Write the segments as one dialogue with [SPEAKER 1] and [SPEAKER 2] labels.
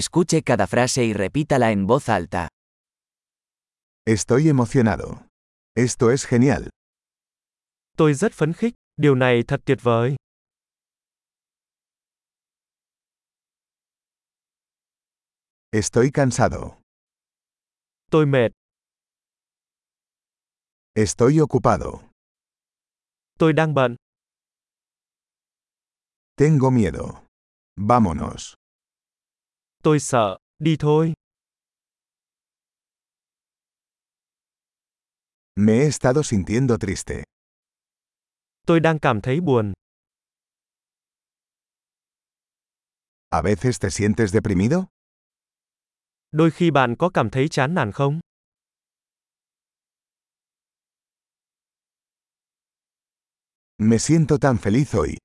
[SPEAKER 1] Escuche cada frase y repítala en voz alta.
[SPEAKER 2] Estoy emocionado. Esto es genial.
[SPEAKER 3] Tôi rất phấn khích, điều này thật tuyệt vời.
[SPEAKER 2] Estoy cansado.
[SPEAKER 3] Tôi mệt,
[SPEAKER 2] Estoy ocupado.
[SPEAKER 3] tôi đang bận,
[SPEAKER 2] Tengo miedo. Vámonos.
[SPEAKER 3] tôi sợ, đi thôi.
[SPEAKER 2] Me he estado sintiendo triste.
[SPEAKER 3] Tôi đang cảm thấy buồn,
[SPEAKER 2] ¿A veces te sientes deprimido?
[SPEAKER 3] đôi khi bạn có cảm thấy chán nản không?
[SPEAKER 2] Me siento tan feliz hoy.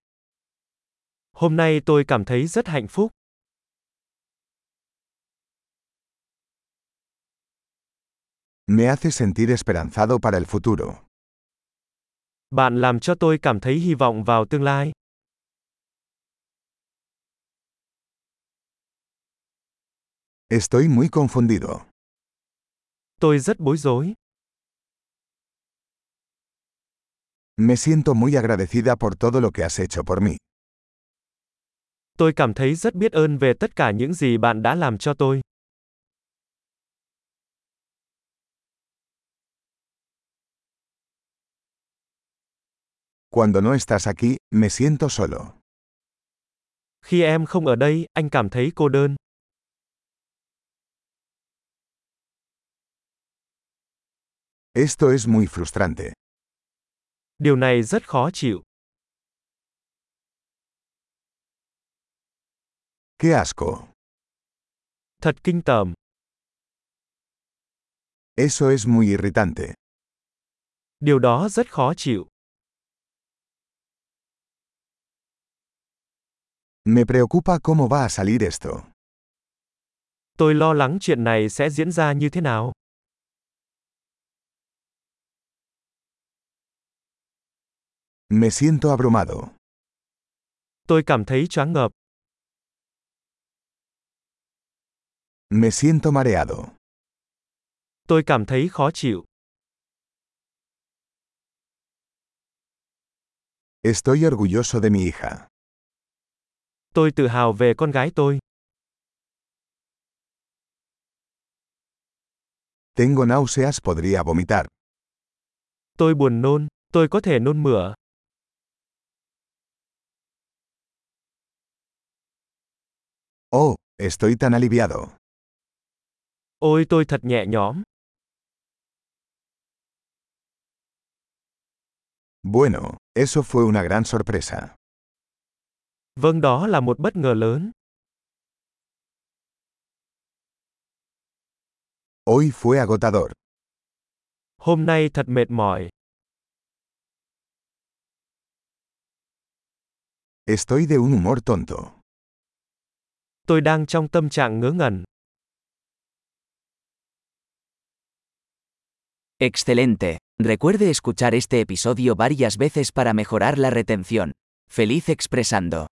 [SPEAKER 3] Hôm nay tôi cảm thấy rất hạnh phúc,
[SPEAKER 2] Me hace sentir esperanzado para el futuro.
[SPEAKER 3] bạn làm cho tôi cảm thấy hy vọng vào tương lai.
[SPEAKER 2] Estoy muy confundido.
[SPEAKER 3] Tôi rất bối rối,
[SPEAKER 2] Me siento muy agradecida por todo lo que has hecho por mí.
[SPEAKER 3] tôi cảm thấy rất biết ơn về tất cả những gì bạn đã làm cho tôi.
[SPEAKER 2] Cuando no estás aquí, me siento solo.
[SPEAKER 3] Khi em không ở đây, anh cảm thấy cô đơn.
[SPEAKER 2] Esto es muy frustrante.
[SPEAKER 3] Điều này rất khó chịu.
[SPEAKER 2] ¡Qué asco!
[SPEAKER 3] Thật kinh tởm,
[SPEAKER 2] Eso es muy irritante.
[SPEAKER 3] điều đó rất khó chịu.
[SPEAKER 2] Me preocupa cómo va a salir esto.
[SPEAKER 3] Tôi lo lắng chuyện này sẽ diễn ra như thế nào.
[SPEAKER 2] Me siento abrumado.
[SPEAKER 3] Tôi cảm thấy choáng ngợp,
[SPEAKER 2] Me siento mareado.
[SPEAKER 3] tôi cảm thấy khó chịu,
[SPEAKER 2] Estoy orgulloso de mi hija.
[SPEAKER 3] tôi tự hào về con gái tôi,
[SPEAKER 2] Tengo náuseas, podría vomitar.
[SPEAKER 3] tôi buồn nôn, tôi có thể nôn mửa,
[SPEAKER 2] Oh, estoy tan aliviado.
[SPEAKER 3] ôi tôi thật nhẹ nhõm,
[SPEAKER 2] Bueno, eso fue una gran sorpresa.
[SPEAKER 3] vâng đó là một bất ngờ lớn,
[SPEAKER 2] Hoy fue agotador.
[SPEAKER 3] hôm nay thật mệt mỏi,
[SPEAKER 2] Estoy de un humor tonto.
[SPEAKER 3] tôi đang trong tâm trạng ngớ ngẩn,
[SPEAKER 1] Excelente. Recuerde escuchar este episodio varias veces para mejorar la retención. Feliz expresando.